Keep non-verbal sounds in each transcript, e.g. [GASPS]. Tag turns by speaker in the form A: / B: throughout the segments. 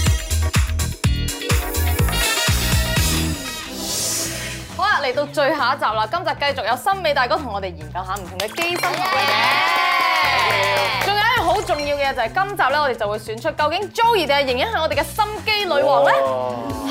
A: 啊最後一集啦，今集繼續有森美大哥同我哋研究下唔同嘅機生學嘅。仲有一樣好重要嘅嘢就係今集咧，我哋就會選出究竟 Joey 定係瑩瑩係我哋嘅心機女王咧？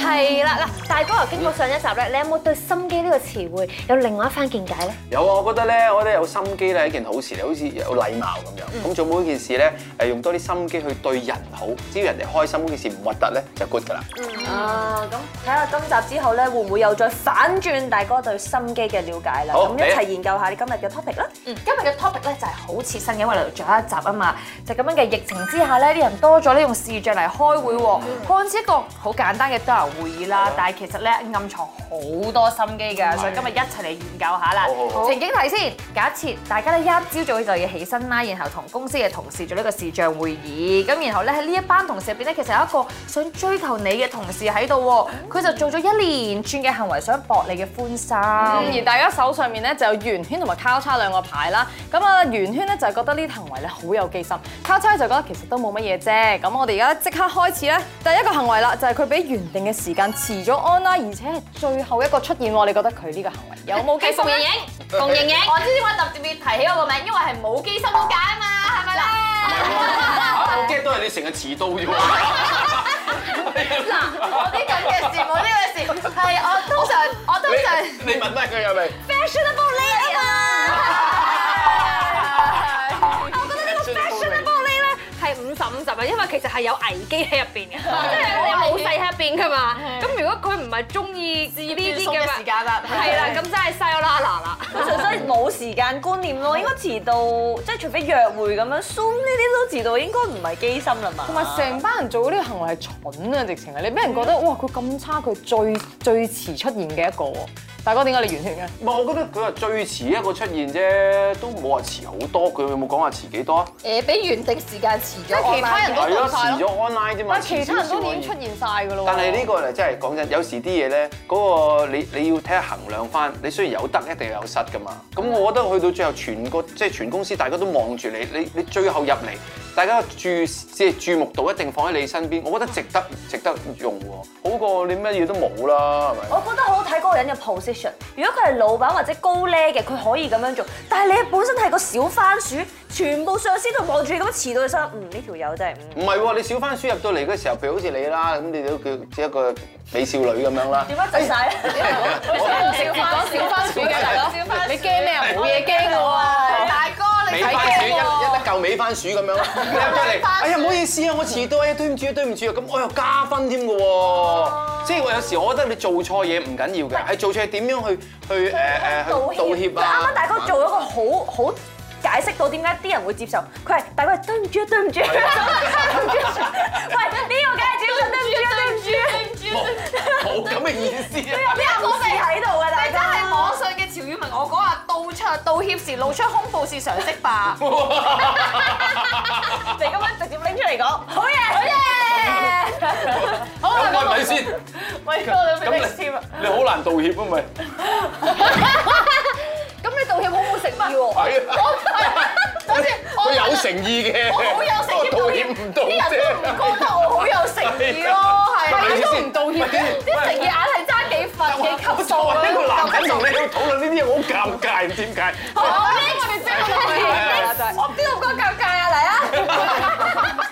B: 係啦，嗱，大哥又經
C: 嗯
B: 過上一集咧，你有冇對心機呢個詞彙有另外一番見解咧？
C: 有啊，我覺得咧，我覺得有心機咧係一件好事嚟，好似有禮貌咁樣。咁做每一件事咧，誒用多啲心機去對人好，只要人哋開心，嗰件事唔核突咧就 good 㗎啦。
D: 啊，咁睇下今集之後咧，會唔會又再反轉大哥對心機嘅了解啦？
C: 好
D: 咁
C: 嚟
D: 一
C: 啊
D: 齊研究下你今日嘅 topic 啦。
B: 今日嘅 topic 咧就係好切身嘅，因為嚟到最後一集啊嘛，就咁樣嘅疫情之下咧，啲人多咗呢用視像嚟開會
A: 嗯
B: 喎，看似一個好簡單嘅交流會議啦，但係其實咧暗藏好多心機㗎，所以今日一齊嚟研究下啦
C: 好好。好
B: 情景題先，假設大家咧一朝早就要起身啦，然後同公司嘅同事做呢個視像會議，咁然後咧喺呢一班同事入邊咧，其實有一個想追求你嘅同事喺度喎，佢就做咗一連串嘅行為想博你嘅歡心。
A: 嗯而大家手上面咧就有圓圈同埋交叉兩個牌啦。咁啊，圓圈咧就係覺得呢啲行為咧好有機心，交叉就覺得其實都冇乜嘢啫。咁我哋而家即刻開始咧，第一個行為啦，就係佢比原定嘅時間遲咗安啦，而且係最後一個出現喎。你覺得佢呢個行為有冇機
B: 係
A: 心
B: 馮
A: 咧
B: 盈？盈，馮盈盈，我知點解特別提起我個名，因為係冇機心好解啊嘛，係咪咧？
C: 啊我驚都係你成日遲到啫喎。
B: 我啲咁嘅事冇呢個事，係我通常我通常
C: 你你問翻佢係咪？
B: fashionable lady
E: 我覺得呢
B: 啊嘛。
E: 個 fashionable 呢咧係五十五十啊，因為其實係有危機喺入邊
B: [LAUGHS]
E: 嘅，即係你冇勢喺入邊噶嘛。咁如果佢唔係中意呢啲
B: 送
E: 嘅
B: 嘅時間啊啦
E: 係啦，咁真係嘥咗啦啦啦。
D: 我 [LAUGHS] 純粹冇時間觀念咯，應該遲到，即係除非約會咁樣 Zoom 呢啲都遲到，應該唔係機心啦嘛。
A: 同埋成班人做呢個行為係蠢啊，直情係你俾人覺得哇佢咁差，佢最最遲出現嘅一個喎。大哥點解你圓圈嘅？
C: 唔係，我覺得佢話最遲一個出現啫，都冇話遲好多。佢有冇講話遲幾多啊？
B: 誒，比原定時間遲
A: 即係其他人都
C: 係咯，
A: 到晒
C: 啊遲咗
A: 咯，
C: online 啫嘛。
A: 但係其他人都已經
C: 遲少少可以
A: 出現晒㗎咯喎。
C: 但係呢個嚟真係講真，有時啲嘢咧，嗰、個你你要睇下衡量翻。你雖然有得，一定有失噶嘛。咁
D: 嗯
C: 我覺得去到最後，全個即係全公司大家都望住你，你你最後入嚟，大家注即係注目度一定放喺你身邊。我覺得值得值得用喎，好過你乜嘢都冇啦，係咪？
D: 我覺得好睇嗰個人嘅 position。如果佢係老闆或者高 level 嘅，佢可以咁樣做。但係你本身係個小番薯，全部上司都望住你咁樣遲到，你心諗嗯呢條友真係嗯
C: 唔係喎，你小番薯入到嚟嘅時候，譬如好似你啦，咁你都叫即係一個美少女咁樣啦。
D: 點解窒晒咧？
C: 哎
D: [LAUGHS]
A: 小番薯，小番薯嘅大佬，你驚咩啊？冇嘢驚嘅喎。
B: 大哥，
C: 美番薯一一粒嚿美番薯咁樣啦，你入咗嚟，哎呀唔好意思啊，我遲到，哎呀對唔住啊對唔住啊，咁我又加分添嘅喎，即係我有時我覺得你做錯嘢唔緊要嘅，係做錯嘢點樣去去誒誒去道歉啊，
D: 啱啱大哥做咗個好好解釋到點解啲人會接受，佢係大哥係對唔住啊，對唔住啊，對唔住啊，喂呢個梗係接受，對唔住啊，對唔住啊，
C: 冇咁嘅意思啊，
D: 呢個故事喺度㗎，大
B: 真係
D: 哥。
B: 網上嘅潮語文，我講話道出道歉時露出胸部是常識
C: [LAUGHS]
B: 吧。
D: 你咁樣直接拎出嚟講，好嘢，好嘢。
A: 好啦，咁
C: 咪先？
D: 喂哥，你
C: 咁你你好難道歉啊咪？
A: 咁你道歉好冇誠意喎。
C: 係 [LAUGHS] 啊，佢有誠意嘅，
B: 好有誠意
C: 不過道歉唔到啫，
B: 覺得我好有誠意咯，係啊
C: 係咪先
B: 都唔道歉嘅，啲誠意硬係爭幾份幾級數
C: 我
B: 啊！
C: 呢個男人同你去討論呢啲嘢，我好尷尬，唔知點解。
B: 好呢
A: 啊
B: 個我哋真係我邊度咁尷尬啊？嚟啊！
A: [LAUGHS]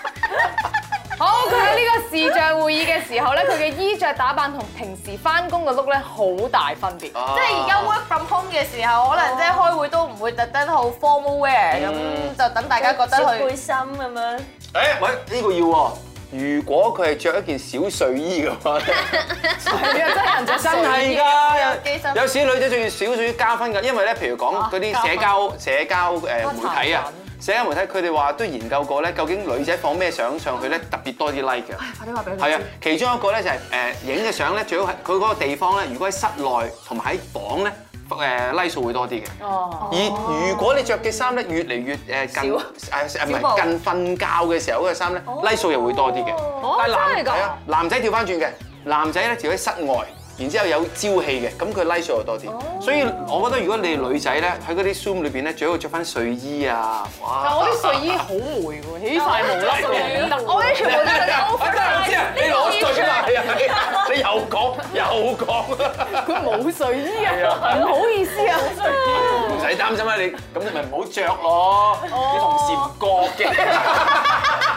A: 好，佢喺呢個視像會議嘅時候咧，佢嘅衣着打扮同平時翻工嘅 look 咧好大分別。
C: 啊
A: 啊
B: 即係而家 work from home 嘅時候，可能即係開會都唔會特登好 formal wear
A: 嗯
B: 咁，就等大家覺得佢
D: 背心咁樣，
C: 誒，喂，呢個要喎。如果佢係着一件小睡衣嘅話咧，
A: 係啊，真係有人着
C: 真係
A: dạ,
B: 有機心
C: 㗎，有有時啲女仔仲要小睡衣加分㗎，因為咧，譬如講嗰啲社交社交誒媒體啊，社交媒體佢哋話都研究過咧，究竟女仔放咩相上去咧特別多啲 like à, 嘅。
B: 快啲話俾
C: 係啊，其中一個咧就係誒影嘅相咧，最好係佢嗰個地方咧，如果喺室內同埋喺房咧，誒 like 數會多啲嘅。
A: 哦，
C: 而如果你着嘅衫咧越嚟越誒近誒誒唔係近瞓覺嘅時候嗰個衫咧，拉數又會多啲嘅。但係男係啊男仔調翻轉嘅，男仔咧就喺室外，然之後有朝氣嘅，咁佢 like 數又多啲。所以我覺得如果你係女仔咧，喺嗰啲 Zoom 裏邊咧，最好着翻睡衣啊，
A: 但
C: 哇！
A: 我啲睡衣好霉喎，起晒毛粒嘅。我啲全部都
C: [LAUGHS]
A: 係
C: 我哎真係知啊！你攞水啦，係啊！ [LAUGHS] 你又講又講，
A: 佢冇睡衣啊，唔好意思啊。
C: 唔使擔心啊！你咁你咪唔好着咯，啲同事唔覺嘅。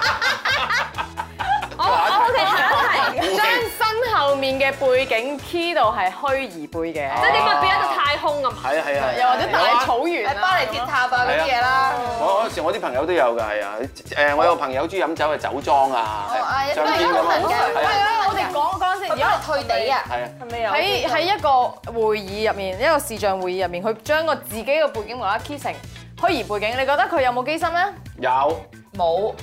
E: 我我哋下一題，
A: 將身後面嘅背景 key 到係虛擬背景，
E: 即係點解變咗個太空咁？
C: 係啊係啊，
A: 又或者大草原啊
B: 巴黎鐵塔啊嗰啲嘢啦。
C: 我嗰時我啲朋友都有㗎，係啊，誒我有朋友中意飲酒係酒莊啊，係
B: 都係一個人嘅
A: 係啊，我哋講講先。而家
B: 退地啊！
C: 係啊，
A: 喺喺一個會議入面，一個視像會議入面，佢將個自己嘅背景無啦啦 key 成虛擬背景，你覺得佢有冇機心咧？
C: 有
B: 冇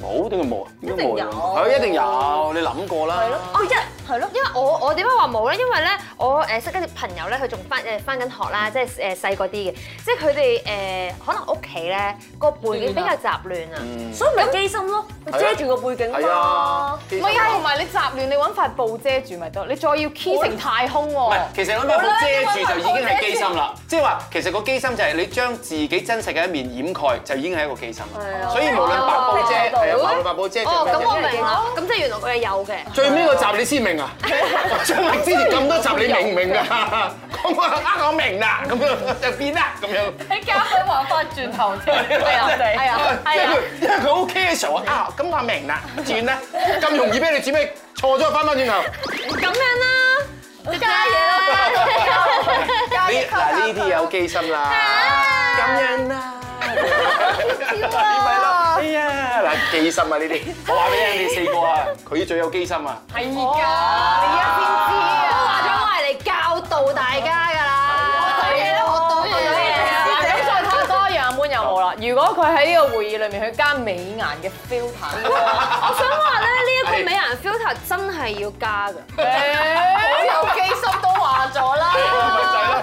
C: 冇點解冇啊？一
D: 定有
C: 係一定有，你諗過啦。係咯，
E: 哦，一係咯，因為我我點解話冇咧？因為咧，我誒識一啲朋友咧，佢仲翻誒翻緊學啦，即係誒細個啲嘅，即係佢哋誒可能屋企咧個背景比較雜亂啊。
D: 所以咪機心咯，佢遮住個背景
C: 係
D: 嘛
C: 啊。，
A: 唔係啊，同埋你雜亂，你揾塊布遮住咪得，你再要 key 成太空
C: 唔
A: 喎
C: 係。，其實諗咩遮住就已經係機心啦。即係話，其實個機心就係你將自己真實嘅一面掩蓋，就已經係一個機心啦。所以無論白布遮，係啊，無論白布遮，
E: 哦，咁我
C: 著咩
E: 明啦，咁即係原來佢係有嘅。
C: 最尾個集你先明啊！我將你之前咁多集你明唔明啊？講我呃我明啦，咁樣就變啦，咁樣。
A: 你教佢話翻轉頭啫，係啊，係啊，
C: 因為佢因為佢好 casual 啊，咁我明啦，轉啦，咁容易俾你轉咩？錯咗翻翻轉頭。
E: 咁樣啦，你加嘢啦，
C: 呢嗱呢啲有機心啦，咁樣啦。 [LAUGHS] 呢咪咯，哎呀，嗱機心啊呢啲，我話俾你聽，你四個啊，佢最有機心啊，
A: 係㗎，你而家先知
E: 都
A: 啊！
E: 話咗我係嚟教導大家㗎啦。
A: 咁再睇多樣阿 Moon 有冇啦？如果佢喺呢個會議裏面去加美顏嘅 filter，
E: 我想話咧，呢一個美顏 filter 真係要加㗎。
A: 好有機心都話咗啦。
C: 咪就係咯。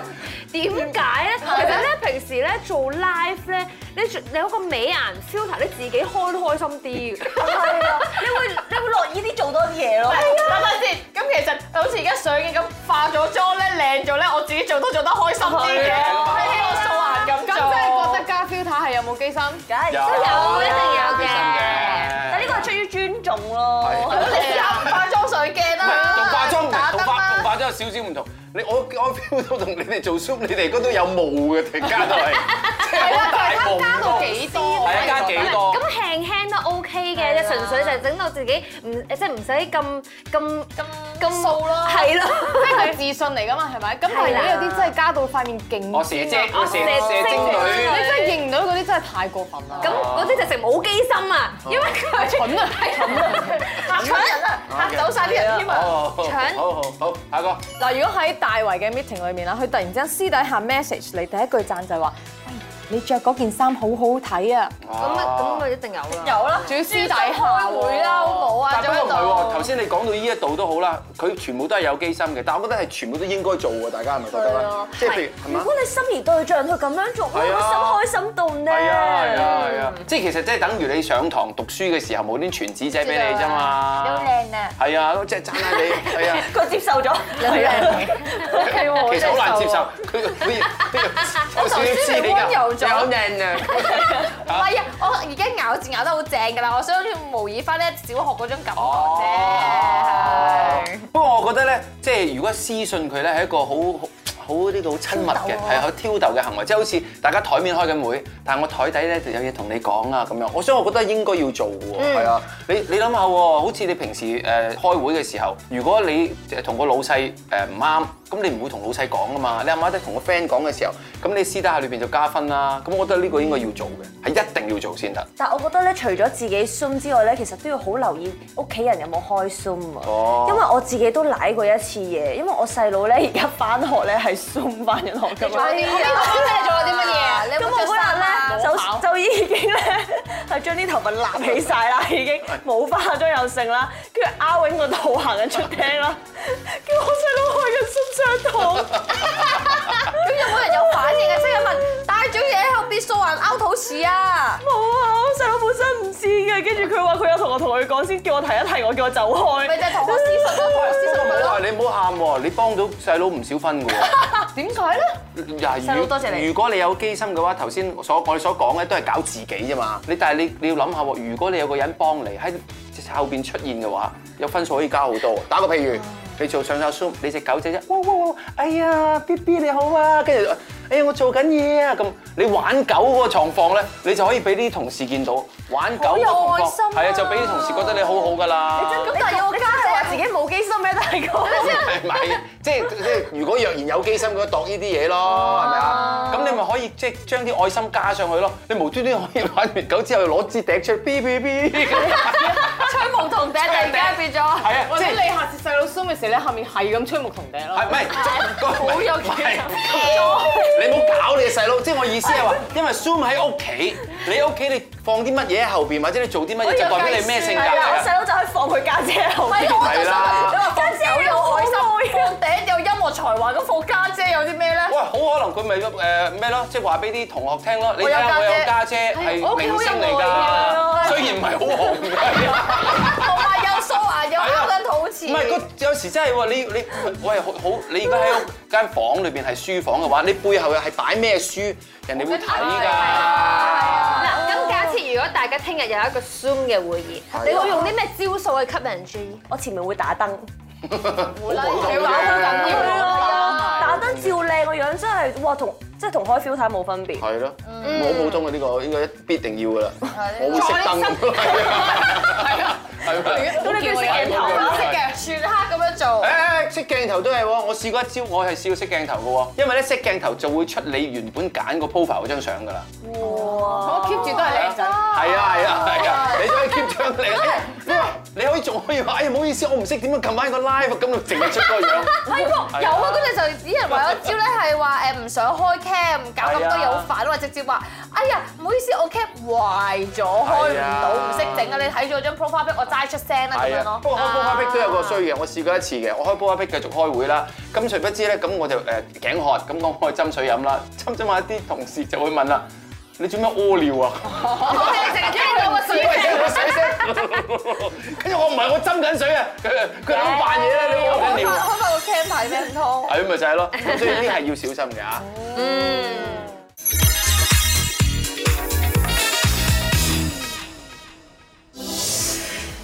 E: 點解咧？其實咧，平時咧做 live 咧，你做你有個美顏 filter，你自己開都開心啲嘅。
D: 係
E: [LAUGHS]
D: 啊，你會你會樂意啲做多啲嘢咯。
A: 等等先，咁其實好似而家上鏡咁化咗妝咧，靚咗咧，我自己做都做得開心啲嘅，喺我素顏咁做。咁即係覺得加 filter 係有冇機心？
D: 梗係
C: 有
E: 有一定有
C: 機
E: 嘅
C: 心嘅。
D: 但呢個係出於尊重咯。
A: 你試下唔化妝上鏡啦，
C: 同化妝唔同，
A: 打
C: 同
A: 燈
C: 化
A: 啦
C: 同化妝有少少唔同。你我我 feel 到同你哋做 show，你哋嗰度有霧嘅，突然間
A: [LAUGHS]
C: 都係，即係好
A: 啊
C: 大霧。
A: 加到幾多？
C: 係啊，加幾多
E: 咁？輕輕都 OK 嘅，即純粹就係整到自己唔即係唔使咁咁咁咁
A: 素咯
E: 係咯。
A: 即係自信嚟㗎嘛，係咪？咁但係
E: 係啦
A: 有啲真係加到塊面勁，
C: 我哦蛇精，我蛇
E: 蛇精
C: 蛇
A: 你真係認
C: 精女。
A: 唔到嗰啲真係太過分
E: [LAUGHS]
A: 啦。
E: 咁嗰啲就成冇機心啊，因為佢
A: [LAUGHS]
E: 蠢啊，蠢啊，
A: 嚇走晒啲人添啊！
C: 哦，好好好，下一個。
A: [LAUGHS] 嗱，如果喺大圍嘅 meeting 裏面啦，佢突然之間私底下 message 你，第一句讚就係話：喂，你着嗰件衫好好睇啊！
E: 咁咁佢一定有啦。
A: 有啦，仲要私底下開會啦，好冇啊？
C: 但不過唔係
A: 做
C: 喎，頭先你講到呢一度都好啦，佢全部都係有機心嘅，但我覺得係全部都應該做喎，大家係咪覺得啦？即係譬如係
D: 如
C: 嘛？
D: 果你心儀對象佢咁樣做，我
C: 係啊
D: 開心開心到呢。
C: 係啊係啊係啊！即係其實即係等於你上堂讀書嘅時候冇啲傳紙仔俾你啫嘛。
B: 靚啊！
C: 係啊，即係讚下你，係啊，
D: 佢接受咗，
C: [LAUGHS]
A: [LAUGHS]
C: 其實好難接受，佢佢有少少知你㗎，你好靚啊！
B: 唔
A: 哎
B: 係啊，我而家咬字咬得好正㗎啦，我想模擬翻咧小學嗰種感覺
C: 哦
B: 啫。係
C: 不過我覺得咧，即係如果私信佢咧係一個好好好呢個好親密嘅，係好挑逗嘅啊行為，即係好似大家台面開緊會，但係我台底咧就有嘢同你講啊咁樣。我所以我覺得應該要做嘅喎，係啊、你你諗下喎，好似你平時誒、呃、開會嘅時候，如果你誒同個老細誒唔啱，咁你唔會同老細講噶嘛，你阿媽都同個 friend 講嘅時候，咁你私底下裏邊就加分啦。咁我覺得呢個應該要做嘅，係一定要做先得。
D: 但我覺得咧，除咗自己 Zoom 之外咧，其實都要好留意屋企人有冇開 Zoom 啊。
C: 哦
D: 因為我自己都舐過一次嘢，因為我細佬咧而家翻學咧係 Zoom 翻緊學㗎嘛。
B: 你做咗啲乜嘢啊？你
D: 咁我嗰日咧就就已經咧係將啲頭髮立起晒 [LAUGHS] 啦，已經冇化妝又剩啦，跟住阿永個肚行緊出廳啦，跟住我細佬開緊 Zoom 上堂，
B: 咁有冇人有反應啊？即係問大小姐喺後邊掃人 out 肚屎啊！
D: 冇啊！我細佬本身唔知㗎，啊，跟住佢話佢有同我同佢講先，叫我提一提我，叫我走開。
B: 咪就係啊同學私信咯，同學私信佢
C: 喂，
B: 咯。
C: 啊你唔好喊喎，你幫到細佬唔少分嘅喎。
B: [LAUGHS] 點解咧？
C: 嗱，
B: 細佬多謝你
C: 如如果你有機心嘅話，頭先所我哋所講咧都係搞自己啫嘛。你但係你你要諗下喎，如果你有個人幫你喺後邊出現嘅話，有分數可以加好多。打個譬
B: 啊
C: 如，你做上手 Zoom，你只狗仔啫，哇哇哇，哎呀，B B 你好啊，跟住，哎呀我做緊嘢啊咁，你玩狗嗰個狀況咧，你就可以俾啲同事見到玩狗嗰個狀況，係啊，就俾啲同事覺得你好好㗎啦。
B: 咁但係我家姐話自己冇機心咩？大哥，
C: 係咪？即係即係，如果若然有機心，咁度呢啲嘢咯，係咪啊？咁你咪可以即係將啲愛心加上去咯。你無端端可以玩完狗之後攞支笛出嚟 B B B，
B: 吹毛同笛突然間變咗。
C: 係啊，
A: 或
C: 即
A: 者
C: 係
A: 你下次細佬 zoom 嘅時候，你下面係咁吹木同笛咯
C: 係。咪？
B: 好
C: 好
B: 有
C: 唔係你唔好搞你嘅細佬，即係我意思係話，因為 Zoom 喺屋企，你喺屋企你放啲乜嘢喺後邊，或者你做啲乜嘢，就代表你咩性格
D: 係啊，我
C: 啊
D: 細佬就可以放佢家姐喺後面。
C: 係啦。
B: 家姐有開心，放頂有音樂才華，咁放家姐有啲
A: [LAUGHS]
B: 咩咧？
C: 喂，好可能佢咪誒咩咯，即係話俾啲同學聽咯。你睇下
B: 我
C: 我
B: 有
C: 有
B: 家
C: 家姐係
B: 我屋企
C: 明
B: 好有
C: 星嚟
B: 愛
C: 㗎
B: 嘅，
C: 雖然唔係好紅
B: [LAUGHS]
C: 嘅。
B: 同埋有素顏，有
C: 係啊
B: 啱緊肚臍。
C: 唔係，個有時真係喎，你你喂好好，你而家喺屋間房裏邊係書房嘅話，你背後係擺咩書，人哋會睇㗎。
E: 嗱，咁假設如果大家聽日有一個 Zoom 嘅會議，你會用啲咩招數去吸引人注意？
D: 我前面會打燈，
C: 好緊
B: 啊
A: 好緊要
D: 係
A: 啊
D: 啊，打燈照靚個樣真係，哇，同即係同開 filter 冇分別。
C: 係咯，
B: 嗯
C: 我好普通嘅呢個應該必定要㗎啦，我會熄燈咁咯。係啊，係啊咪？
D: 咁你叫攝
C: 鏡
D: 鏡
C: 頭
D: 頭
C: 啦
D: 啦。
B: 嘅，全黑咁樣做。
C: 誒熄鏡頭都係喎，我試過一招，我係試過熄鏡頭嘅喎，因為咧熄鏡頭就會出你原本揀個 profile 嗰張相㗎啦。
A: 我 keep 住都
B: 哦
A: 係靚仔。
C: 係啊係啊係啊，你都可以 keep 張
B: [LAUGHS]
C: 你，因為你可以仲可以話，哎呀唔好意思，我唔識點樣撳翻個 live，啊咁就淨係出個樣。
B: 係喎，有啊，咁你就啲人話有招咧係話誒唔想開 cam，搞咁多嘢好煩，或者直接話哎呀唔好意思，我 cam 壞咗，開唔到，唔識整啊！你睇咗張 profile pic，我齋出聲啦
A: 啊
B: 咁樣咯。
C: 啊不過開 p o 都有個衰嘅，我試過一次嘅，我開 p o 繼續開會啦。咁誰不知咧，咁我就誒呃頸渴，咁我開斟水飲啦，斟斟下啲同事就會問啦。你做咩屙尿啊？
B: 我哋哦成日聽到個水
C: 喂聲個水聲， [LAUGHS] 跟住我唔係我斟緊水啊！佢佢喺度扮嘢咧，你屙緊
B: 開
C: 尿啊。
B: 開翻個 cam 睇咩唔通？
C: 係咪就係咯？咁所以呢啲係要小心嘅啊嚇。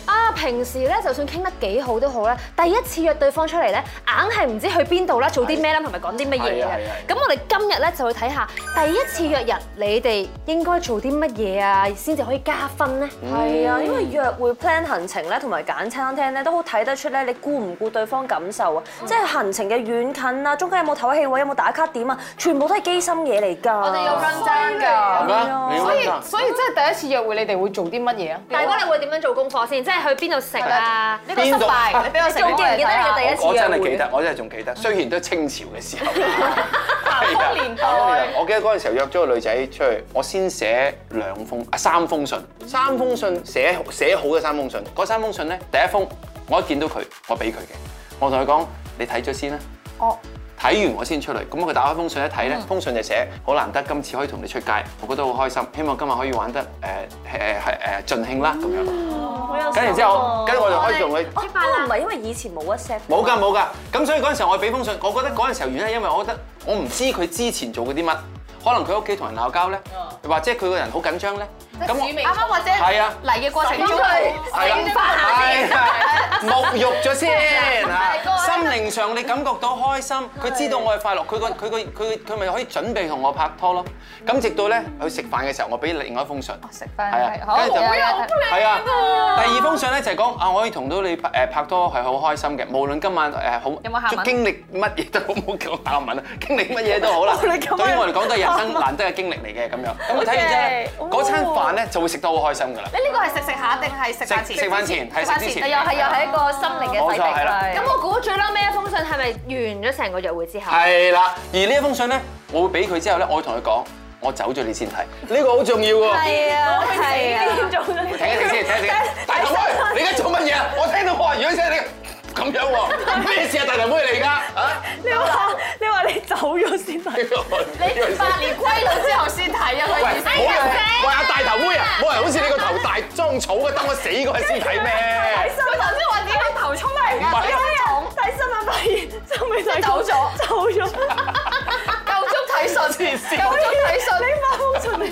E: 啊，平時咧就算傾得幾好都好啦，第一次約對方出嚟咧，硬係唔知去邊度啦，做啲咩啦，同埋講啲乜嘢
C: 係啊係
E: 啊
C: 啊係啊。
E: 咁我哋今日咧就去睇下第一次約人，你哋應該做啲乜嘢啊，先至可以加分咧？
D: 係啊，因為約會 plan 行程咧，同埋揀餐廳咧，都好睇得出咧，你顧唔顧對方感受啊？即係行程嘅遠近啊，中間有冇唞氣位，有冇打卡點啊，全部都係機心嘢嚟㗎。
B: 我哋有 run down 㗎。
C: 係咪啊？你要
A: 所以
C: 諗下
A: 所以即係第一次約會，你哋會做啲乜嘢啊？
E: 大哥，你會點樣做功課先？即係去邊度食啊？
B: 呢個失敗，你俾我食
E: 仲記唔記得你嘅第一次
C: 我
E: 約
C: 真係記
E: 會？嗯
C: 得，我真係仲記得，雖然都係清朝嘅時
E: [LAUGHS]
C: 候，係啊咸豐年代我記得嗰陣時候約咗個女仔出去，我先寫兩封啊三封信，三封信寫寫好嘅三封信，嗰三封信咧第一封我一見到佢，我俾佢嘅，我同佢講你睇咗先啦。
E: 哦
C: 睇完我先出嚟，咁佢打開封信一睇
E: 嗯
C: 咧，封信就寫好難得今次可以同你出街，我覺得好開心，希望今日可以玩得誒誒係誒盡興啦咁樣。
E: 哦
C: 跟住之後，跟住我就可以同佢。
D: 啊，都唔係因為以前冇 WhatsApp。
C: 冇㗎冇㗎，咁所以嗰陣時候我俾封信，我覺得嗰陣時候原因係因為我覺得我唔知佢之前做過啲乜，可能佢屋企同人鬧交咧，
B: 哦
C: 或者佢個人好緊張咧，咁我
B: 啱啱或者
C: 係啊，
B: 嚟嘅過程中，佢
C: 係啊
B: 醒翻下先。 [LAUGHS]
C: 係啊沐浴咗先
B: 大個啊啦
C: 嚇，心靈上你感覺到開心，佢知道我係快樂，佢個佢個佢佢咪可以準備同我拍拖咯。咁直到咧去食飯嘅時候，我俾另外一封信，
B: 食
C: 係
B: 飯
C: 啊
B: 係好，
C: 跟住就
B: 有
C: 係啊。第二封信咧就係講啊，我可以同到你拍誒拍拖係好開心嘅，無論今晚誒好
B: 有冇下文
C: 經歷乜嘢都好，冇講下文啊，經歷乜嘢都
B: [LAUGHS]
C: 好啦。對於我嚟講都係人生難得嘅經歷嚟嘅咁樣。咁我睇完之後咧
D: Okay，哦
C: 嗰餐飯咧就會食得好開心㗎啦。
B: 呢個係食食下定係食飯前？
C: 食食飯前係食之前
B: 又係又係一個心靈嘅洗
C: 冇錯係啦
B: 滌。
E: 咁我估最嬲尾一封信係咪完咗成個約會之後？
C: 係啦，而呢一封信咧，我會俾佢之後咧，我會同佢講，我走咗你先睇，呢個好重要喎。
E: 係啊，係啊。
D: [LAUGHS]
C: 停一停先，停一停。大頭妹，你而家做乜嘢啊？我聽到我話樣聲，你咁樣喎，咩事啊？大頭妹嚟㗎啊？
D: 你話你話你走咗先啊睇，
B: 你八年歸老之後先睇啊，
C: 喂，
B: 佢意
C: 啊冇人喂阿大頭妹啊，冇人好似你個頭大裝草嘅嗰陣先睇咩？
B: 佢頭先話自己個頭衝嚟
C: 唔
B: 㗎，
C: 係
B: 幾重？
D: 睇新聞發現周美仔
B: 走咗
D: 走咗，
B: 夠鐘睇信，夠鐘睇信，你冇信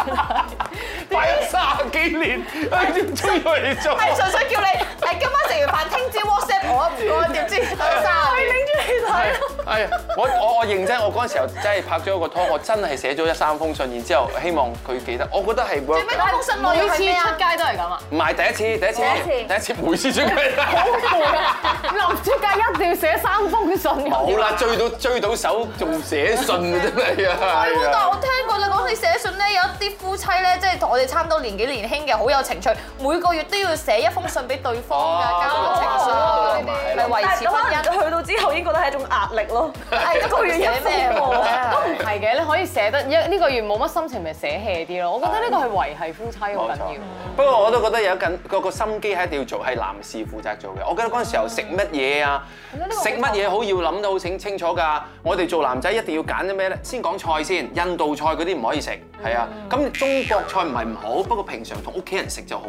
C: 擺咗卅幾年，哎你中意佢哋做？
B: 係純粹叫你係今晚食完飯，聽朝 WhatsApp 我啊，唔該，點知等三年。
C: 係係，我我我認真，我嗰陣時候真係拍咗一個拖，我真係寫咗一三封信，然之後希望佢記得，我覺得係 work
B: 咩嗰封信內容係咩啊？
A: 街都係咁啊！
C: 唔係第一次，第一次，
E: 第一次
C: 第一次每次出街。
A: 臨出街一定要寫三封信㗎。
C: 冇啦，追到追到手仲寫信啊真係啊！
B: 係喎，但係我聽過你講起寫信咧，有一啲夫妻咧，即係同我哋差唔多年紀年輕嘅，好有情趣，每個月都要寫一封信俾對方
C: 哦
B: 㗎，交換情緒啊
C: 哦
B: 呢啲，咪維
D: 但
B: 持
D: 係可
B: 婚
D: 能
B: 姻。
D: 去到之後已經覺得係一種壓力咯。 [LAUGHS]
B: 係
D: 一個月一
B: 寫
D: 封
B: 咩啊
D: 喎
A: 啊都唔係嘅，你可以寫得一呢個月冇乜心情，咪寫 hea 啲咯。我覺得呢個係維係夫妻好緊要。
C: 不過我都覺得有緊個個心機係一定要做，係男士負責做嘅。我記得嗰陣時候食乜嘢啊，食乜嘢好要諗得好清清楚㗎。我哋做男仔一定要揀啲咩咧？先講菜先，印度菜嗰啲唔可以食，係啊。
A: 嗯
C: 咁中國菜唔係唔好，不過平常同屋企人食就好。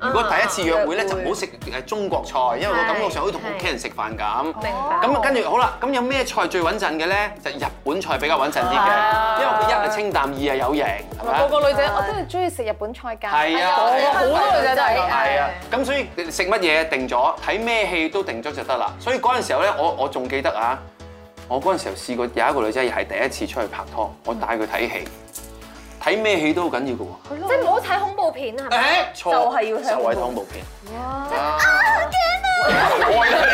A: 啊
C: 如果第一次約會咧，就唔好食誒中國菜，因為個感覺上好似同屋企人食飯咁。
E: 明白。
C: 咁啊跟住好啦，咁有咩菜最穩陣嘅咧？就日本菜比較穩陣啲嘅，因為佢一係清淡，二係有型，係咪啊
A: 個個女仔啊我真係中意食日本菜㗎。
C: 係啊
A: 我好多女仔都係咁。
C: 係啊，咁所以食乜嘢定咗，睇咩戲都定咗就得啦。所以嗰陣時候咧，我我仲記得啊，我嗰陣時候試過有一個女仔係第一次出去拍拖，我帶佢睇戲，睇咩戲都好緊要嘅喎。
E: 即係唔好睇恐怖片啊係咪？
C: 誒，錯，
D: 就係要睇
C: 就係睇恐怖片。哇！啊好驚啊！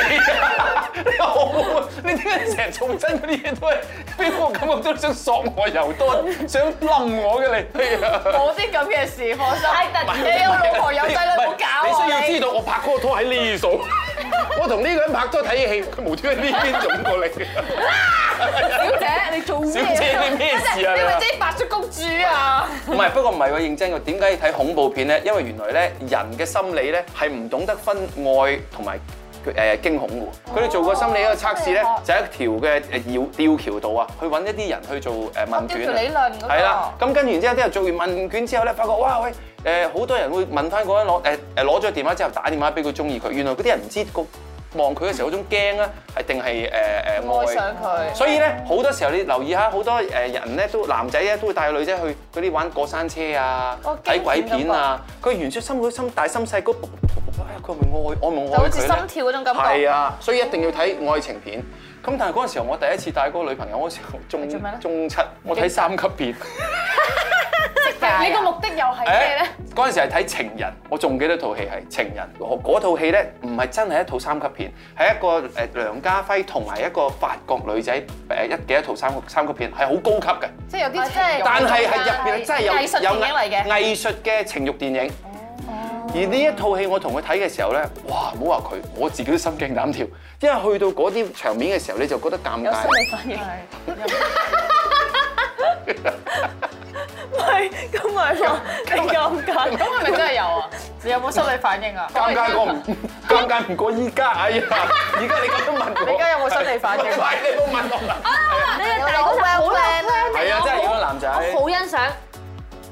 C: 你啊好啊！你點解成日重真嗰啲嘢都係俾我感覺都想索我又多，想冧我嘅你係啊！
A: 冇啲咁嘅事放心。
B: 你有老婆有仔女，唔好搞
C: 你
B: 我
C: 需要知道我拍嗰個拖喺呢度，我同呢個人拍拖睇戲，佢無端端呢邊湧過嚟。
A: 小姐，你做咩？
B: 啊
C: 小姐，你咩事
B: 你咪
C: 啊
B: 自？己白雪公主啊！
C: 唔係，不過唔係喎，認真嘅。點解要睇恐怖片咧？因為原來咧，人嘅心理咧係唔懂得分愛同埋。誒驚恐嘅喎，佢哋做過心理一個測試
B: 哦
C: 咧，就係一條嘅誒吊吊橋度啊，去揾一啲人去做誒問
B: 吊
C: 卷
B: 橋
C: 啊
B: 哦理論嗰個
C: 係啦，咁跟完之後，啲人做完問卷之後咧，發覺哇喂，誒、好多人會問翻嗰人攞誒誒攞咗電話之後打電話俾佢中意佢，原來嗰啲人唔知個望佢嘅時候嗰種驚啊，係定係誒誒愛
B: 愛上佢
C: 所以咧好多時候你留意下，好多誒人咧都男仔咧都會帶女仔去嗰啲玩過山車啊
B: 哦，
C: 睇
B: 驚
C: 鬼
B: 險感
C: 片啊，佢原出心嗰心大心細嗰，哎呀佢係咪愛我咪愛佢
B: 就好似
C: 呢
B: 心跳嗰種感覺
C: 係啊，所以一定要睇愛情片。咁但係嗰陣時候，我第一次帶嗰個女朋友嗰時候中
B: 做咩咧
C: 中七，我睇三級片。
A: 你啊個目的又係
C: 誒
A: 咩咧？
C: 啊嗰陣時係睇《情人》，我仲記得套戲係《情人》。我嗰套戲咧唔係真係一套三級片，係一個誒梁家輝同埋一個法國女仔誒一嘅一套三級三級片，係好高級嘅。
A: 即係有啊啲
B: 即係
A: 情慾
C: 但係係入邊係真係有
B: 藝術電影
C: 有
B: 嚟嘅哦
C: 藝術嘅情慾電影。而呢一套戲我同佢睇嘅時候咧，哇！唔好話佢，我自己都心驚膽跳，因為去到嗰啲場面嘅時候，你就覺得尷尬。
D: 係咁咪話你尷尬。
A: 咁係咪真係有啊？
C: [LAUGHS]
B: 你有冇心理反應啊？
C: 尷尬過唔尷尬唔過依家，哎
B: [LAUGHS]
C: 呀！而家你咁樣問我，
B: 你而家有冇心理
C: [LAUGHS]
B: 反應
C: 唔係你冇問我問。
E: 你嘅大嗰陣好
B: plan 啊
C: 係啊，真係有個男仔。
E: 好欣賞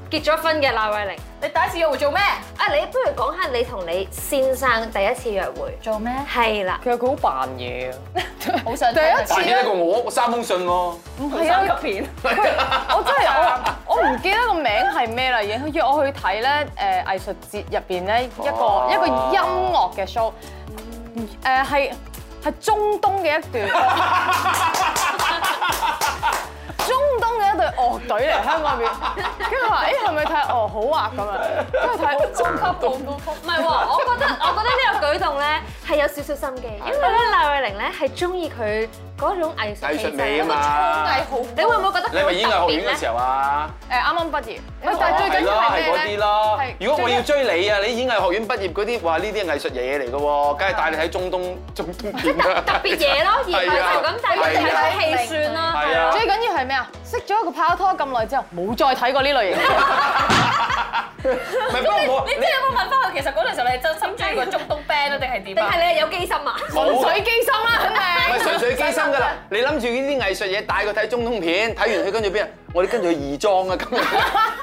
E: 結咗婚嘅賴慧玲。
B: 你第一次約會做咩？
E: 啊，你不如講下你同你先生第一次約會。
B: 做咩？
E: 係啦，
A: 其實佢好扮嘢啊！
B: 好想啊
A: 第一
C: 但
A: 次
C: 係呢
A: 咧
C: 個，我三封信喎，
A: 唔係啊！
D: 級片，
A: 我真係我我唔記得個名係咩啦，已經佢約我去睇咧誒藝術節入邊咧一
C: 哦
A: 個一個音樂嘅 show，誒係係中東嘅一隊，中東嘅一隊樂隊嚟香港入邊，跟住話誒係咪睇哦好啊咁啊，跟住睇中級半高
E: 唔係喎，我覺得我覺得呢個舉動咧係有少少心機，因為咧賴慧玲咧係中意佢嗰種藝術
C: 藝
E: 氣
C: 術
E: 質
C: 美啊
E: 嗰種
C: 嘛。
A: 好，
E: 你會唔會覺
C: 你
E: 得
C: 係
E: 佢
C: 咪
E: 好
C: 演藝學
E: 特別
C: 院
E: 咧
C: 嘅時候啊？
A: 誒啱啱畢業，唔係但係最緊要
C: 啦，
A: 係
C: 嗰
A: 咩
C: 啲
A: 咧？
C: 啦
A: 係。
C: 如果我要追你啊，你演藝學院畢業嗰啲，哇呢啲藝術嘢嚟嘅喎，梗係帶你睇中東中東片啊啦。
E: [LAUGHS] 特別嘢啊咯，而唔係就咁睇佢哋睇戲算啦。
C: 係啊
A: 最，緊要係咩啊？識咗一個拍咗拖咁耐之後，冇再睇過呢類型。
C: 唔係不過我
B: 你真係有冇問翻佢？其實嗰陣時候你係真心中意個中東 band 啊，定係點
E: 定
B: 啊？
E: 係你係有機心啊？
C: 冇
A: 水機心啦，肯定。
C: 唔係純粹機心啱噶啦！你諗住呢啲藝術嘢帶佢睇中東片，睇完佢跟住邊啊？我哋跟住去義莊啊，咁樣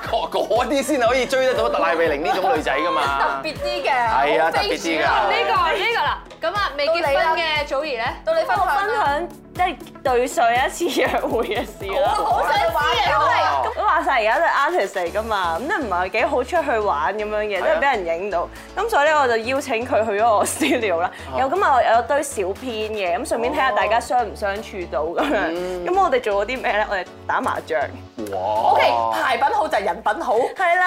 C: 嗰嗰啲先可以追得到特賴慧玲呢種女仔噶嘛。
E: 別啲嘅，
C: 係啊，特別啲㗎。
F: 呢個呢個啦，咁啊未結婚嘅祖兒咧，
E: 到你分享
D: 我分
E: 啦。
D: 享即係對上一次約會嘅事啦。
B: 哦
E: 好想知啊，
A: 哦
D: 咁話晒而家都係 artist 嚟噶嘛，咁都唔係幾好出去玩咁樣
A: 啊
D: 嘅，都係俾人影到。咁所以咧，我就邀請佢去咗我 [LAUGHS] studio 啦。
A: 哦
D: 有咁啊，有堆小編嘅，咁順便睇下大家相唔相處到咁樣。
A: 嗯
D: 咁我哋做咗啲咩咧？我哋打麻雀。
C: 哇
E: 因為 OK 牌品好就係人品好，
D: 係啦。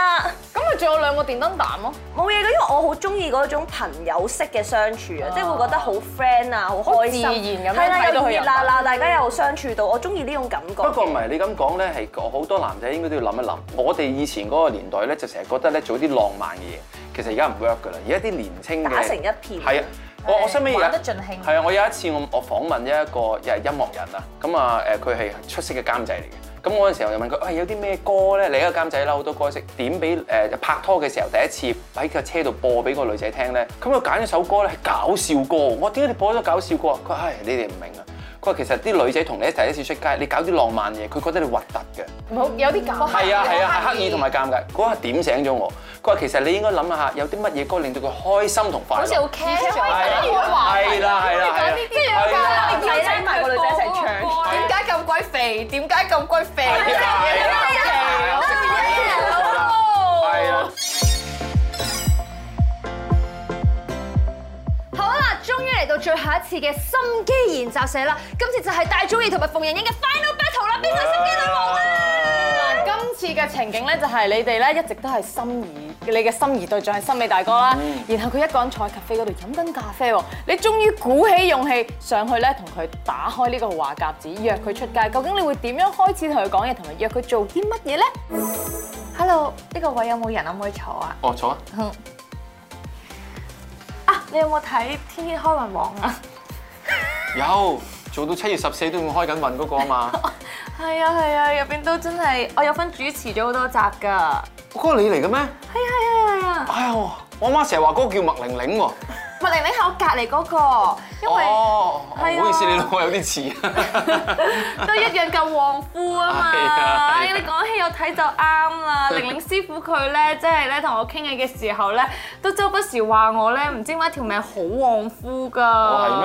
A: 咁咪仲有兩個電燈膽咯，
D: 冇嘢嘅，因為我好中意嗰種朋友式嘅相處啊，即係會覺得好 friend 啊，好開心，
A: 哦好自然咁樣
D: 係啦，
A: 睇到
D: 又
A: 佢
D: 熱
A: 人
D: 辣辣，大家又相處到，我中意呢種感覺。
C: 不過唔係你咁講咧，係我好多男仔應該都要諗一諗。我哋以前嗰個年代咧，就成日覺得咧做啲浪漫嘅嘢，其實而家唔 work 噶啦。而家啲年青嘅
D: 打成一片
C: 係啊，我我身邊有
E: 玩得盡興
C: 係啊，我有一次我我訪問一個又係音樂人啊，咁啊誒佢係出色嘅監製嚟嘅。咁我嗰陣時候就問佢，喂、有啲咩歌咧？你一個監製啦，好多歌識點俾誒拍拖嘅時候第一次喺個車度播俾個女仔聽咧。咁佢揀咗首歌咧係搞笑歌喎，我點解你播咗搞笑歌啊？佢話唉你哋唔明啊。佢話其實啲女仔同你一齊第一次出街，你搞啲浪漫嘢，佢覺得你核突嘅。
A: 唔好有啲尷
C: 係啊係啊，係刻意同埋尷尬。嗰下點醒咗我，佢話其實你應該諗下有啲乜嘢歌令到佢開心同快樂。
F: 好似好 care
C: 係啦係啦係啦係啦，係啦
D: 係啦，拉埋個女仔一齊唱。
A: 點解咁鬼肥？點解咁鬼肥？
C: 係啦係啦，係啦。
F: 好啦，終於嚟到最後一次嘅心機研習社啦，今次就係大祖兒同埋馮盈盈嘅 final battle 啦，邊個心機女王啊？
A: 嗱，今次嘅情景咧就係你哋咧一直都係心儀，你嘅心儀對象係森美大哥啦，
C: 嗯
A: 然後佢一個人坐喺咖啡嗰度飲緊咖啡喎，你終於鼓起勇氣上去咧同佢打開呢個話匣子，約佢出街，究竟你會點樣開始同佢講嘢，同埋約佢做啲乜嘢咧？
E: Hello，呢個位有冇人可唔可以坐啊？
C: 哦，坐啊！
E: 啊， [LAUGHS] 你有冇睇《天天開運王》啊？
C: 有做到七月十四都仲開緊運嗰個啊嘛，
E: 係啊係啊，入邊都真係我有份主持咗好多集㗎。係啊
C: 嗰個你嚟嘅咩？
E: 係啊係啊，
C: 哎呀，我媽成日話嗰個叫麥玲玲喎。
E: 麥玲玲係我隔離嗰個，因為
C: 哦，唔好
E: 係啊
C: 意思，你老母有啲似啊。
E: [LAUGHS] 都一樣夠旺夫啊 [LAUGHS]
C: 係啊
E: 嘛。
C: 係啊
E: 哎你講起有睇就啱 [LAUGHS] 啦。玲玲師傅佢咧，即係咧同我傾偈嘅時候咧，都周不時話我咧，唔知點解條命好旺夫㗎。
C: 哦
E: 係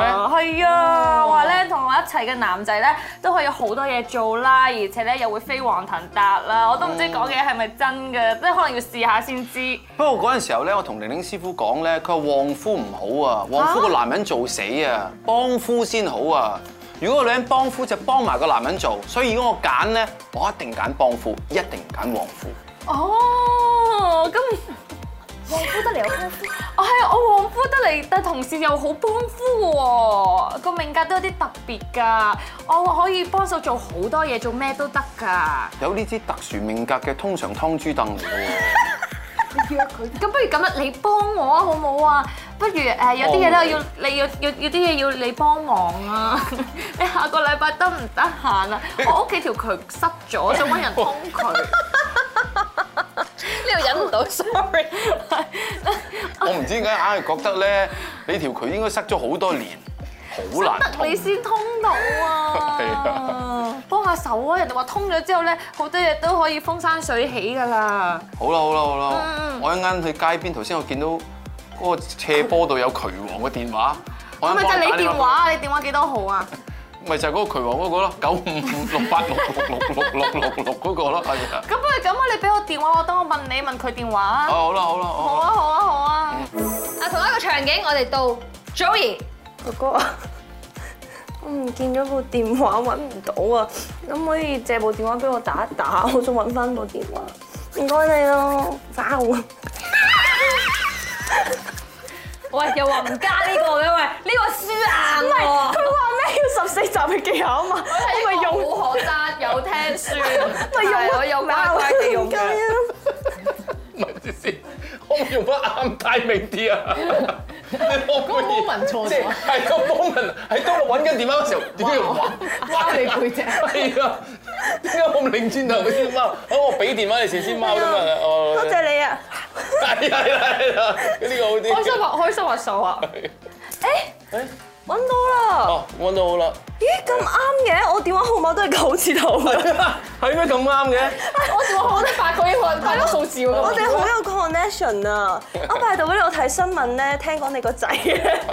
E: 咩？係啊，話咧同我一齊嘅男仔咧都可以有好多嘢做啦，而且咧又會飛黃騰達啦。我都唔知講嘅嘢係咪真嘅，即係可能要試下先知。
C: 不過嗰陣時候咧，我同玲玲師傅講咧，佢話旺夫唔好啊，旺夫個男人做死啊，幫夫先好啊。如果個女人幫夫就幫埋個男人做，所以如果我揀咧，我一定揀幫夫，一定唔揀旺夫。
E: 哦，咁旺夫得嚟有幫夫，我係啊我旺夫得嚟，但同時又好幫夫嘅喎，個命格都有啲特別㗎，我可以幫手做好多嘢，做咩都得㗎。
C: 有呢啲特殊命格嘅，通常劏豬凳嚟
E: [LAUGHS]
C: 嘅
E: 咁不如咁啦，你幫我啊，好唔好啊？不如誒、有啲嘢咧，我要你要要要啲嘢要你幫忙啊！ [LAUGHS] 你下個禮拜得唔得閒啊？我屋企條渠塞咗，想揾人通佢。
F: 呢度忍唔到，sorry。
C: 喎。我唔知點解硬係覺得咧，你條渠應該塞咗好多年，好難
E: 得你
C: 通。
E: 先通到啊！幫下手啊！人哋話通咗之後咧，好多嘢都可以風生水起噶啦。
C: 好啦好啦好
E: 嗯
C: 啦，我一陣去街邊，頭先我見到嗰個斜坡度有渠王嘅電話，我
E: 係
C: 一
E: 咪
C: 陣幫佢
E: 就係
C: 打電
E: 你電
C: 話
E: 話啊？你電話幾多號啊？
C: 咪就係嗰個渠王嗰個咯，九五五六八六六六六六六六嗰個咯，係啊！
E: 咁不如咁啊！你俾我電話我，等我問你問佢電話
C: 啊
E: 啊！
C: 好啦好啦
E: 好
C: 好
E: 啊
C: 啦，
E: 好啊好啊！
F: 啊，同一個場景，我哋到 Joey，
D: 哥哥啊， [LAUGHS] 我唔見咗部電話，揾唔到啊！可唔可以借部電話俾我打一打？ [LAUGHS] 我想揾翻部電話，唔該你咯，啊花碗。
F: 喂，又話唔加呢個嘅喂，呢個輸硬喎。
D: 佢話咩要十四集嘅技巧啊嘛，我咪用，
F: 好學生，有聽書，
D: [LAUGHS] 咪用啊，
F: 我有乖乖地用
D: 唔該
F: 嘅。
D: 啊
C: 咪住先，可唔可以用翻啱 timing 啲啊？你可唔可以？
A: moment 錯咗
C: 即係係個 moment 喺當我揾緊電話嘅時候，點解用話
A: 敲你背脊
C: 係啊，點解我唔擰轉頭嘅先貓？好，我俾電話你先先貓啫嘛。
D: 多
C: 哦，
D: 謝你啊！
C: 係啦係啦係啦，呢個好啲。
E: 開心話開心話數啊！誒
D: 揾到啦！
C: 哦，揾到
A: [LAUGHS]
C: 好啦，
D: 咦，咁啱嘅，我電話號碼都係九字頭啊嘅，
C: 係咩咁啱
A: [LAUGHS]
C: 嘅？
A: 我電話好得八個英文，八個數字喎。
D: 我哋好有 connection 啊！
C: [LAUGHS]
D: 阿拜度俾我睇新聞咧，聽講你個仔咧
C: 啊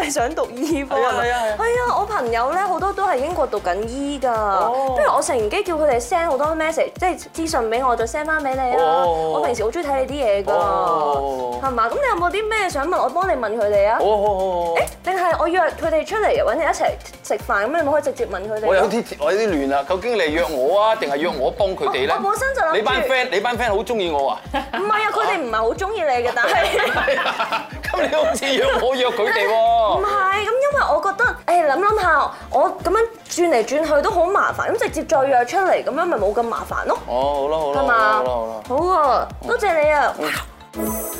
D: 係想讀醫科
C: 係啊
D: 咪
C: 係啊係啊
D: 係啊，我朋友咧好多都係英國讀緊醫㗎，
C: 哦
D: 不如我乘機叫佢哋 send 好多 message，即係資訊俾我，再 send 翻俾你啊！
C: 哦
D: 我平時好中意睇你啲嘢
C: 哦哦
D: 㗎，係嘛？咁你有冇啲咩想問？我幫你問佢哋啊！
C: 好好好好。
D: 定係我約佢哋出嚟揾你一齊食飯，咁你咪可以直接問佢哋咯。啊
G: 我有啲我有啲亂啦，究竟你係約我啊，定係約我幫佢哋咧？
D: 我我本身就諗住
G: 你班 friend，你班 friend 好中意我啊？ [LAUGHS]
D: 唔係啊，佢哋唔係好中意你嘅，但係。
G: 咁你好似約我約佢哋
D: 唔
G: 喎。
D: 係，咁因為我覺得，誒諗諗下，我咁樣轉嚟轉去都好麻煩，咁直接再約出嚟，咁樣咪冇咁麻煩咯，
G: 哦，好啦好啦好
D: 係
G: 啦
D: 嘛
G: 好啦好啦。？
D: 好啊，多謝你啊！
G: 哇！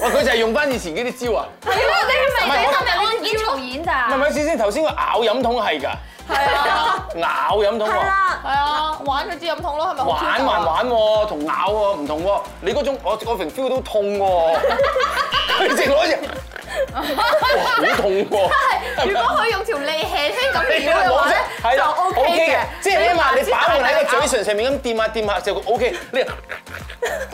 G: 佢就係用翻以前嗰啲招啊！
E: 你咪今日案件重演
D: 啊
E: 咋？
C: 係咪先先頭先個咬飲筒係㗎？
A: [LAUGHS]
C: 係啊，咬飲筒
D: 係
C: 喎，
D: 啦，
A: 係啊，玩咗支飲筒咯，係咪好
C: 玩
A: 挑
C: 還
A: 逗啊？
C: 玩喎，同咬喎唔同喎。你嗰種我我平 feel 到痛
D: [LAUGHS]
C: 喎，佢直攞隻，哇好痛喎！
A: 如果佢用條脷輕輕咁撩
C: [LAUGHS]
A: 嘅話咧，
C: 係
A: 就
C: 啦
A: OK
C: ，OK 嘅
A: 嘅，。
C: 即係啊起碼你把控喺
A: 你
C: 個嘴唇上面咁掂下掂下就 OK。你 [LAUGHS]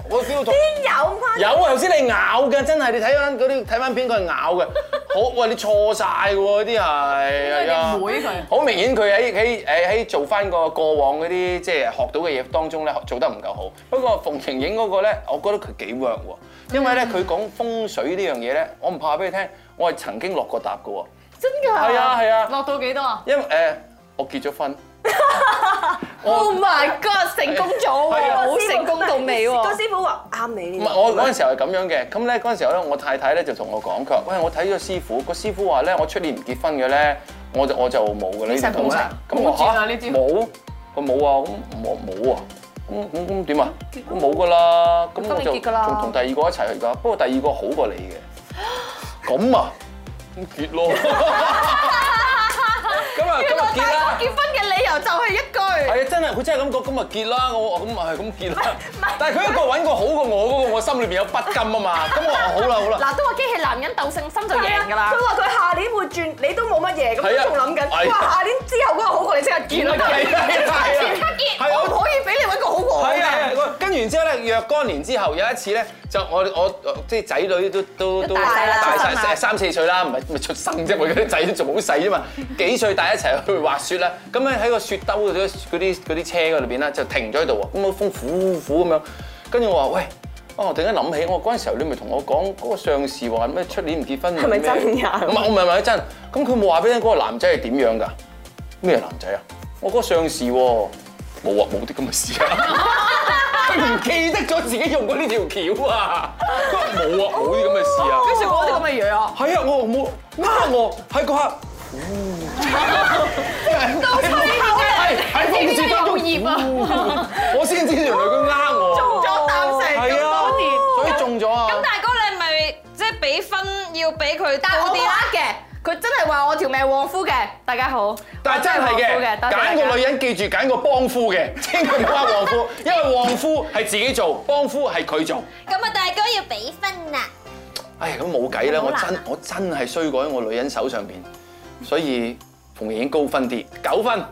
C: 我 feel 到痛。
D: 邊有咁誇
C: 有啊，頭先你咬嘅，真係你睇翻嗰啲睇翻片，佢係咬嘅。 [LAUGHS] 好，喂，你錯晒嘅喎，嗰啲係係啊
H: 你妹佢
C: 好明顯佢喺喺誒喺做翻個過往嗰啲即係學到嘅嘢當中咧，做得唔夠好。不過馮盈盈嗰個咧，我覺得佢幾 work 喎，因為咧佢講風水呢樣嘢咧，我唔怕話俾你聽，我係曾經落過搭嘅喎。
H: 真㗎？
C: 係啊係啊
H: 落到幾多啊
C: 因為誒、我結咗婚，
H: ？Oh my god！成功咗喎，
C: 係啊
H: 好成功到尾
D: 張，個
H: 喎。
D: 師傅話啱你
C: 唔
D: 呢
C: 係
D: 個
C: 我嗰陣時候係咁樣嘅。咁咧嗰陣時候咧，我太太咧就同我講，佢話：喂，我睇咗師傅，個師傅話咧，我出年唔結婚嘅咧，我就我就冇嘅呢
H: 實
C: 啲
H: 冇
C: 統
H: 啦
C: 咁我
H: 冇轉啊
C: 嚇
H: 呢招
C: 冇，佢冇啊，咁我冇啊。咁咁咁點啊？咁冇噶啦，咁我就
H: 結㗎啦
C: 仲同第二個一齊去㗎。不過第二個好過你
H: [GASPS]
C: 嘅，咁啊，咁結
H: [LAUGHS]
C: 咯。咁啊，咁啊結啦。
A: 結婚嘅理由就係一句。
C: 係啊，真係佢真係咁講，咁咪結啦，我我咁咪係咁結
D: [LAUGHS]
C: 啦。但係佢一個揾個好過我嗰個，我心裏邊有不甘啊嘛。咁我話好啦好啦，
A: 嗱，都話機器男人鬥性心就贏㗎啦
D: 佢。話佢下年會轉，你都冇乜嘢，咁
C: 係啊
D: 都仲諗緊。
C: 係啊
D: 哇，下年之後嗰個好過你即刻見啦，
C: 係啊係啊係啊
D: 即刻見
C: 係啊
D: 我唔可以俾你揾個好過我
C: 係啊
D: 㗎。
C: 係啊，跟完之後咧，若干年之後有一次咧，就我我我即係仔女都都都
D: 大晒啦
C: 大
D: 出生啦
C: 晒三四歲啦，唔係咪出生啫？我嗰啲仔都仲好細
D: [LAUGHS]
C: 啫嘛，幾歲帶一齊去滑雪啦？咁咧喺個雪兜嗰啲嗰啲嗰啲車嗰裏邊啦，就停咗喺度喎，咁個風呼呼咁樣，跟住我話喂。哦，我突然間諗起，我嗰陣時候你咪同我講嗰個上士話咩出年唔結婚
D: 係咪真㗎
C: 唔係，我唔係問真。咁佢冇話俾你聽嗰個男仔係點樣㗎？咩男仔啊？我嗰個上士喎，冇啊，冇啲咁嘅事啊。佢唔記得咗自己用過呢條橋啊！佢話冇啊，冇啲咁嘅事啊。
H: 跟住我啲咁嘅嘢啊！
C: 係啊，我冇呃我喺嗰刻。到吹係喺風雪當中
A: 業啊！
C: 我先知原來佢呃我。
A: 咗膽成
C: 係啊
A: 咁多年。，
C: 所以中咗啊！
E: 大哥，你咪即係俾分要俾佢
A: 但係我
E: 高
A: 冇
E: 啲啊啦。
A: 呃嘅，佢真係話我條命旺夫嘅。大家好，
C: 但係真係嘅， [LAUGHS] 揀個女人記住揀個幫夫嘅，千祈唔好話旺夫，因為旺夫係自己做，幫夫係佢做。
E: 咁啊，大哥要俾分啊啦。
C: 哎呀，咁冇計啦，我真我真係衰過喺我女人手上邊，所以馮盈盈高分啲，九分。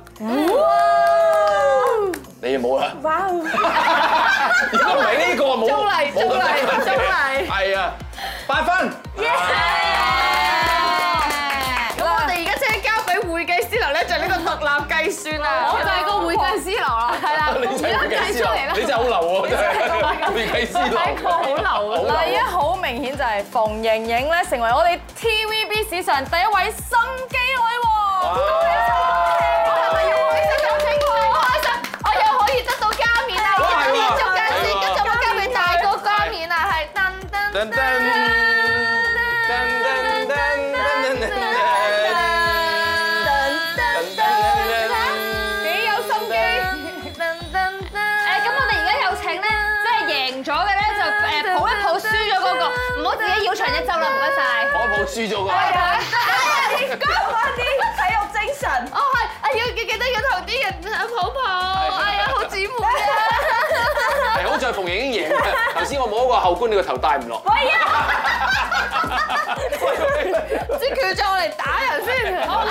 C: 你就冇啦，
D: 哇！
C: [LAUGHS] 如果唔係呢個冇。
A: 中嚟
C: 冇
A: 中嚟
C: 咁多分
A: 中嚟
C: 係啊，八分。
A: 咁我哋而家即係交俾會計師樓咧，就呢個獨立計算啊！
H: 我就係個會計師樓啦，係啦，
C: [LAUGHS] 你真係會計師樓，你真係好流喎，真係會計師樓。
A: 一個好流啊！
H: 嗱，而家好明顯就係馮盈盈咧，成為我哋 TVB 史上第一位心機女王。
A: 我係咪要開心咁清楚？我開心，我又可以得到加冕啦！我今年做緊事，跟住我交俾大哥加冕啊！係噔噔
C: 噔噔噔噔噔噔噔
H: 幾有心機，
E: 誒，咁我哋而家有請咧，即係贏咗嘅咧就誒抱一抱輸咗嗰個，唔好自己繞場一周啦，唔該晒。
C: 我冇輸咗㗎，
D: 體育精神，
A: 哦係，哎要記記得要同啲人抱抱，哎呀好姊妹啊！
C: 啊係好在馮盈盈贏嘅。頭先我摸個後冠，你個頭戴唔落。
D: 我
I: 即叫做我嚟打人先。好，
C: 唔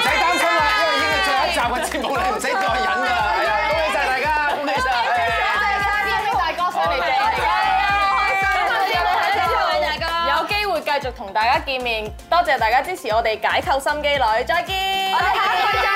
C: 使擔心啦，因為已經係最後一集嘅節目，你唔使再忍㗎啦。係啊，恭喜晒大家，恭喜晒！係啊
A: 大哥上嚟
C: 好
A: 謝。啊有機會繼續同大家見面，多謝大家支持我哋解構心機女，再見。
D: 下個再